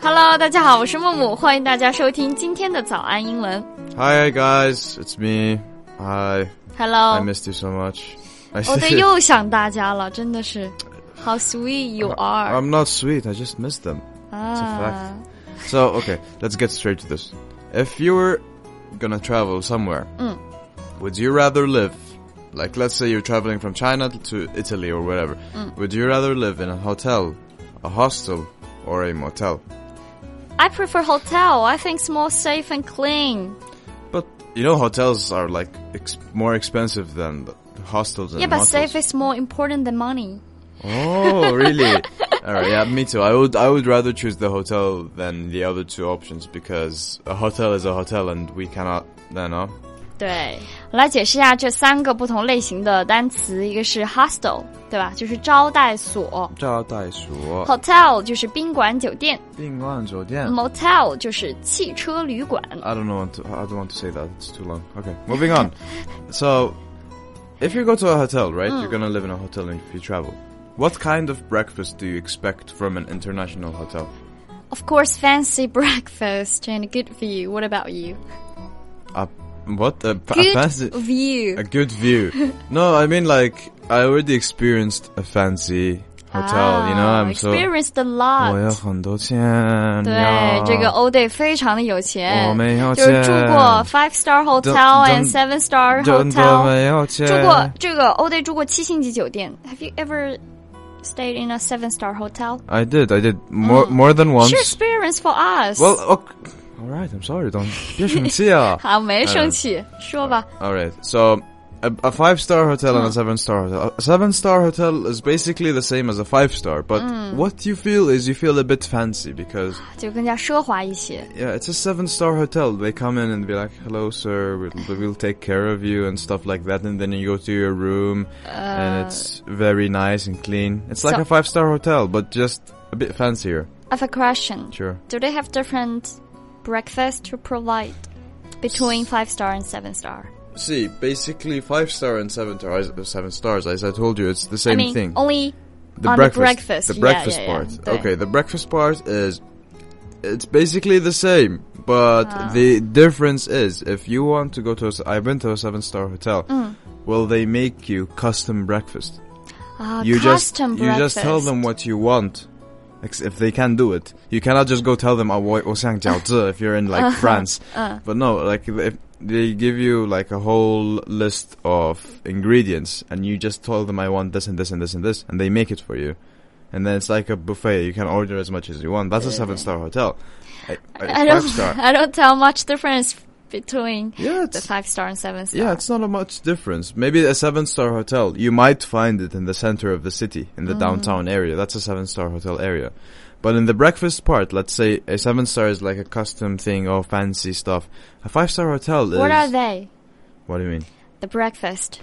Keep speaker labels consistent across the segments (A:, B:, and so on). A: Hello，大家好，我是木木，欢迎大家收听今天的早安英文。
B: Hi guys, it's me. Hi,
A: Hello，
B: I missed you so much. I
A: 哦，对，
B: said-
A: 又想大家了，真的是，How sweet you are
B: I'm not sweet. I just missed them.
A: 啊
B: So okay, let's get straight to this. If you were gonna travel somewhere,
A: Mm.
B: would you rather live, like let's say you're traveling from China to Italy or whatever,
A: Mm.
B: would you rather live in a hotel, a hostel, or a motel?
A: ！I prefer hotel. I think it's more safe and clean.
B: But you know, hotels are like ex- more expensive than the hostels and
A: Yeah, but
B: motels.
A: safe is more important than money.
B: Oh, really? All right, yeah, me too. I would I would rather choose the hotel than the other two options because a hotel is a hotel and we cannot, you know.
A: 对，我来解释一下这三个不同类型的单词，一个是 hostel，对吧？就是招待所；hotel 就是宾馆、酒店；motel 就是汽车旅馆。
B: I don't know want to, I don't want to say that. It's too long. Okay, moving on. so, if you go to a hotel, right? You're going to live in a hotel and if you travel. What kind of breakfast do you expect from an international hotel?
A: Of course, fancy breakfast and good view. What about you?
B: A, what? A, a
A: Good
B: fancy
A: view.
B: A good view. no, I mean like I already experienced a fancy hotel. you know, I'm so.
A: experienced a lot.
B: 我有很多钱。
A: Ah, 对，
B: 呀。
A: 这个欧队非常的有
B: Oh,
A: 钱，
B: 我没有
A: 就是住过
B: 钱。
A: five star hotel
B: 真
A: and seven star hotel，
B: 真的没有钱。
A: 住过这个欧队住过七星级酒店。Have you ever stayed in a seven star hotel?
B: I did, I did
A: Oh，
B: more more than once.
A: Share experience for us.
B: Well, okay. all right. I'm sorry. Don't 别生气啊。
A: 好，没生气，说吧。
B: All right. So a, a five star hotel
A: Oh.
B: and a seven star hotel. A seven star hotel is basically the same as a five star, but
A: Mm.
B: what you feel is you feel a bit fancy because
A: 就更加奢华一些。
B: yeah, it's a seven star hotel. They come in and be like, "Hello, sir. We'll, we'll take care of you" and stuff like that. And then you go to your room, and it's very nice and clean. It's like
A: Uh, so-
B: a five star hotel, but just a bit fancier.
A: I have a question.
B: Sure.
A: Do they have different breakfast to provide between five star and seven star?
B: See, basically, five star and seven stars. Seven stars, as I told you, it's the
A: I
B: same
A: mean,
B: thing.
A: only
B: the
A: on
B: breakfast,
A: the breakfast.
B: the
A: Yeah,
B: breakfast
A: yeah, yeah.
B: part.
A: 对
B: Okay, the breakfast part is it's basically the same, but
A: Ah.
B: the difference is if you want to go to a, s- I've been to a seven star hotel.
A: Mm.
B: Well, they make you custom breakfast.
A: Ah,
B: You just
A: custom
B: you just tell
A: breakfast.
B: them what you want. ex- If they can do it, you cannot just go tell them "I want 我想饺子" if you're in like France.
A: Uh,
B: But no, like if they give you like a whole list of ingredients, and you just tell them I want this and this and this and this, and they make it for you. And then it's like a buffet. You can order as much as you want. That's a seven star hotel. A- a
A: I
B: five
A: don't.
B: star.
A: I don't tell much difference between
B: Yeah,
A: the
B: it's
A: five star and seven star.
B: yeah, it's not a much difference. Maybe a seven star hotel, you might find it in the center of the city, in
A: Mm-hmm.
B: the downtown area. That's a seven star hotel area. But in the breakfast part, let's say a seven star is like a custom thing or fancy stuff. A five star hotel is.
A: What are they?
B: What do you mean?
A: The breakfast.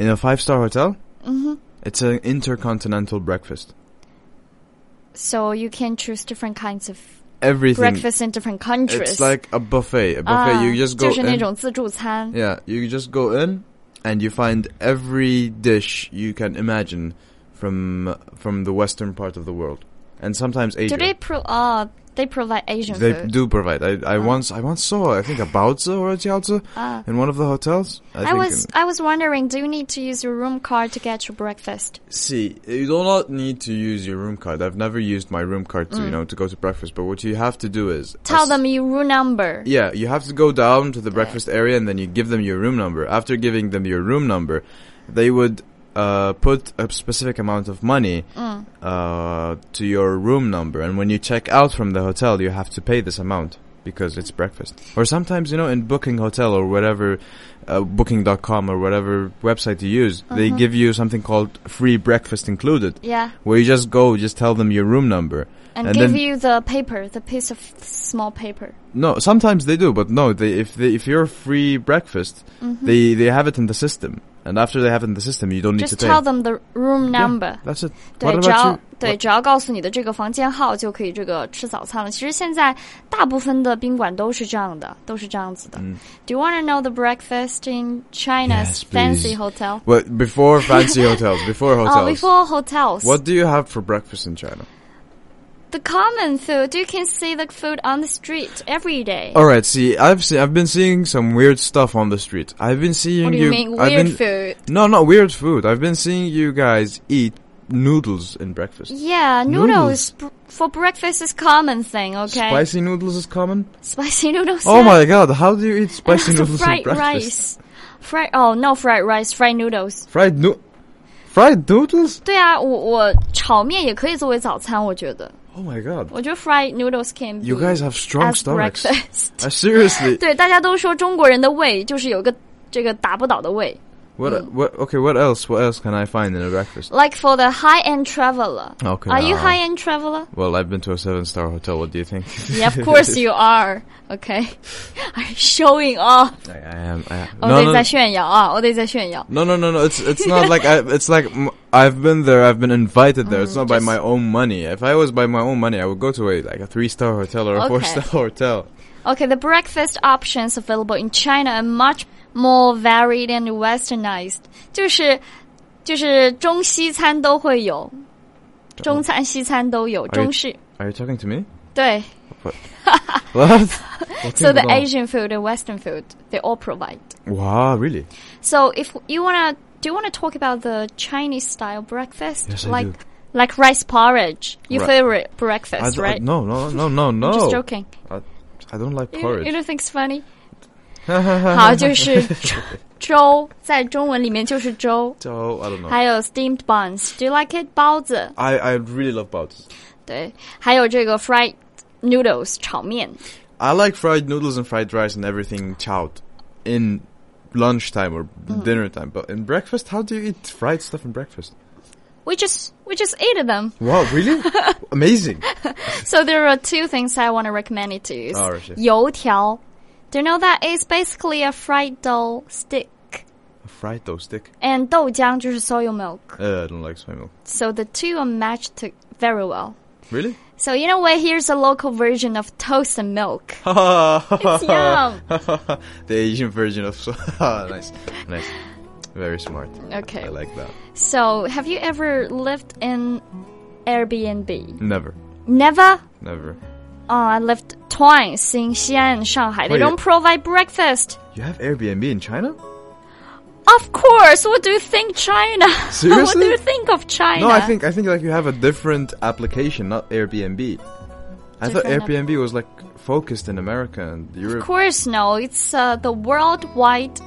B: In a five star hotel? Mm-hmm. It's an intercontinental breakfast.
A: So you can choose different kinds of
B: Everything.
A: breakfast Ah, in different countries.
B: It's like a buffet. A buffet.
A: 啊
B: you just go
A: 就是那
B: in-
A: 种自助餐。
B: Yeah, you just go in and you find every dish you can imagine from from the western part of the world, and sometimes Asia.
A: Do they pro? 啊 they provide Asian
B: They
A: food.
B: do provide. I, I once I once saw I think a baozi or a jiaozi
A: Ah.
B: in one of the hotels.
A: I
B: think
A: was
B: in-
A: I was wondering, do you need to use your room card to get your breakfast?
B: see you do not need to use your room card. I've never used my room card to you know to go to breakfast. But what you have to do is
A: Mm. Tell
B: as-
A: them your room number.
B: Yeah, you have to go down to the breakfast area and then you give them your room number. After giving them your room number, they would uh, put a specific amount of money
A: Mm,
B: uh, to your room number. And when you check out from the hotel, you have to pay this amount because it's breakfast. Or sometimes, you know, in booking hotel or whatever, uh, booking.com or whatever website you use, they give you something called free breakfast included.
A: Yeah.
B: Where you just go, just tell them your room number,
A: And,
B: And
A: give
B: then-
A: you the paper, the piece of small paper.
B: No, sometimes they do, but no. They, if they, if you're free breakfast,
A: Mm-hmm.
B: they they have it in the system, and after they have it in the system, you don't need
A: Just
B: to pay.
A: tell them the room
B: Yeah,
A: number.
B: that's it.
A: 对，
B: What
A: 只
B: about
A: 要
B: you?
A: 对，只要告诉你的这个房间号就可以这个吃早餐了。其实现在大部分的宾馆都是这样的，都是这样子的。Do
B: Mm.
A: you want to know the breakfast in China's
B: Yes,
A: fancy
B: please.
A: hotel?
B: Well, before fancy hotels, before hotels.
A: Oh, before hotels.
B: What do you have for breakfast in China?
A: the common food. You can see the food on the street every day.
B: All right. See, I've seen. I've been seeing some weird stuff on the street. I've been seeing.
A: What do you, mean
B: I've
A: weird
B: been-
A: food?
B: No, not weird food. I've been seeing you guys eat noodles in breakfast.
A: Yeah,
B: Noodles.
A: noodles br- for breakfast is common thing. Okay,
B: Spicy noodles is common.
A: Spicy noodles.
B: Oh
A: yeah.
B: my god! How do you eat
A: And
B: spicy
A: also
B: noodles in
A: fried
B: breakfast?
A: rice. Fried oh no fried rice fried noodles。
B: Fried no, fried noodles.
A: 对啊，我我炒面也可以作为早餐，我觉得，
B: Oh my god!
A: 我觉得 fried noodles can be
B: You guys have strong
A: as
B: stomachs.
A: breakfast。
B: Uh, seriously.
A: 对，大家都说中国人的胃就是有个这个打不倒的胃。
B: What? What? Okay. What else? What else can I find in a breakfast?
A: Like for the high end traveler.
B: Okay,
A: Are you
B: uh,
A: high end traveler?
B: Well, I've been to a seven-star hotel. What do you think?
A: Yeah, of course you are. Okay. Are you showing off?
B: I, I am. I am.
A: 我
B: no,
A: 得
B: no,
A: 在炫耀啊！我得在炫耀。
B: no, no, no, no. It's it's not like I. It's like m- I've been there. I've been invited there. it's not by
A: Mm, just-
B: my own money. If I was by my own money, I would go to a like a three-star hotel or a
A: Okay.
B: four-star hotel.
A: Okay, the breakfast options available in China are much more varied and westernized. 就是就是中西餐都会有，中餐西餐都有，
B: you-
A: 中式
B: Are you talking to me?
A: 对。
B: What?
A: So the
B: Walking along.
A: Asian food and Western food they all provide.
B: Wow, really?
A: So if you wanna do you wanna talk about the Chinese style breakfast?
B: Yes, I
A: like
B: do.
A: like rice porridge. Your
B: Ri-
A: favorite
B: I
A: breakfast,
B: don't-
A: right?
B: No, no, no, no, no.
A: Just joking.
B: I, I don't like
A: You,
B: porridge.
A: you don't think it's funny? 好，就是粥粥，在中文里面就是粥，
B: so I don't know.
A: 还有 steamed buns。Do you like it？包子，
B: I, I really love bouts.
A: 对，还有这个 fried noodles 炒面。
B: I like fried noodles and fried rice and everything chowed in lunchtime or dinner time. But in breakfast, how do you eat fried stuff in breakfast?
A: We just we just eat them.
B: Wow, really? Amazing.
A: So there are two things I want to recommend it to you.
B: Oh, right, yeah.
A: 油条，Do you know that is basically a fried dough stick
B: A fried dough stick.
A: and 豆浆就是 soy milk.
B: Uh, I don't like soy milk.
A: So the two are matched to- very well.
B: Really?
A: So in a way, here's a local version of toast and milk.
B: it's
A: yum.
B: the Asian version of so- Ah, nice, nice, very smart.
A: Okay.
B: I like that.
A: So have you ever lived in Airbnb?
B: Never,
A: Never.
B: never.
A: Oh, I lived twice in Xi'an and Shanghai. They
B: Wait.
A: don't provide breakfast.
B: You have Airbnb in China?
A: Of course. What do you think, China? what do
B: Seriously?
A: you think of China?
B: No, I think I think like you have a different application, not Airbnb. I thought
A: Different app-
B: Airbnb was like focused in America and
A: Of
B: Europe.
A: course, no. It's uh, the worldwide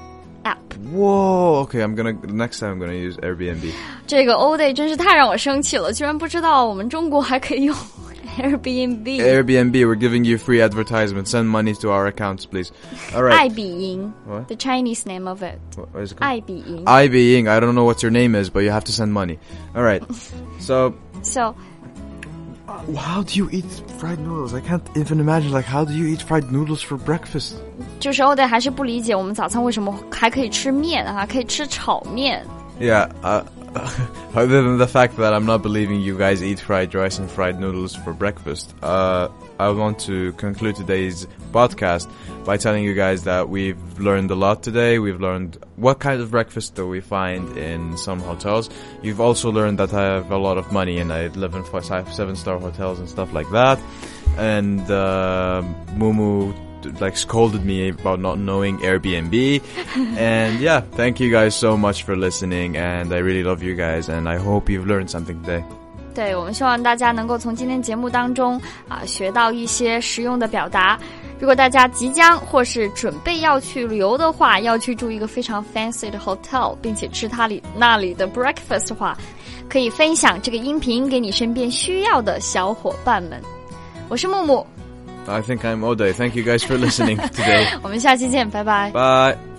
A: app.
B: Whoa. Okay, I'm gonna next time I'm gonna use Airbnb.
A: 这个 O Day 真是太让我生气了，居然不知道我们中国还可以用 Airbnb。
B: Airbnb, we're giving you free advertisement. Send money to our accounts, please. All
A: 爱
B: right.
A: 彼迎
B: What?
A: ，the Chinese name of it，
B: What- Ah. what is it called?
A: 爱彼迎。
B: I being I don't know what your name is, but you have to send money. All right. So
A: So
B: how do you eat fried noodles? I can't even imagine. Like how do you eat fried noodles for breakfast?
A: 就是 O Day 还是不理解我们早餐为什么还可以吃面啊，还可以吃炒面。
B: Yeah, uh, other than the fact that I'm not believing you guys eat fried rice and fried noodles for breakfast, uh, I want to conclude today's podcast by telling you guys that we've learned a lot today. We've learned what kind of breakfast do we find in some hotels. You've also learned that I have a lot of money and I live in five, five, seven star hotels and stuff like that. And uh, Mumu like scolded me about not knowing Airbnb. and yeah, thank you guys so much for listening and I really love you guys and I hope you've learned something today.
A: 对，我们希望大家能够从今天节目当中啊、学到一些实用的表达。如果大家即将或是准备要去旅游的话，要去住一个非常 fancy 的 hotel，并且吃它里那里的 breakfast 的话，可以分享这个音频给你身边需要的小伙伴们。我是木木，
B: I think I'm Oday. Thank you guys for listening today.
A: 我们下期见，拜拜。
B: Bye.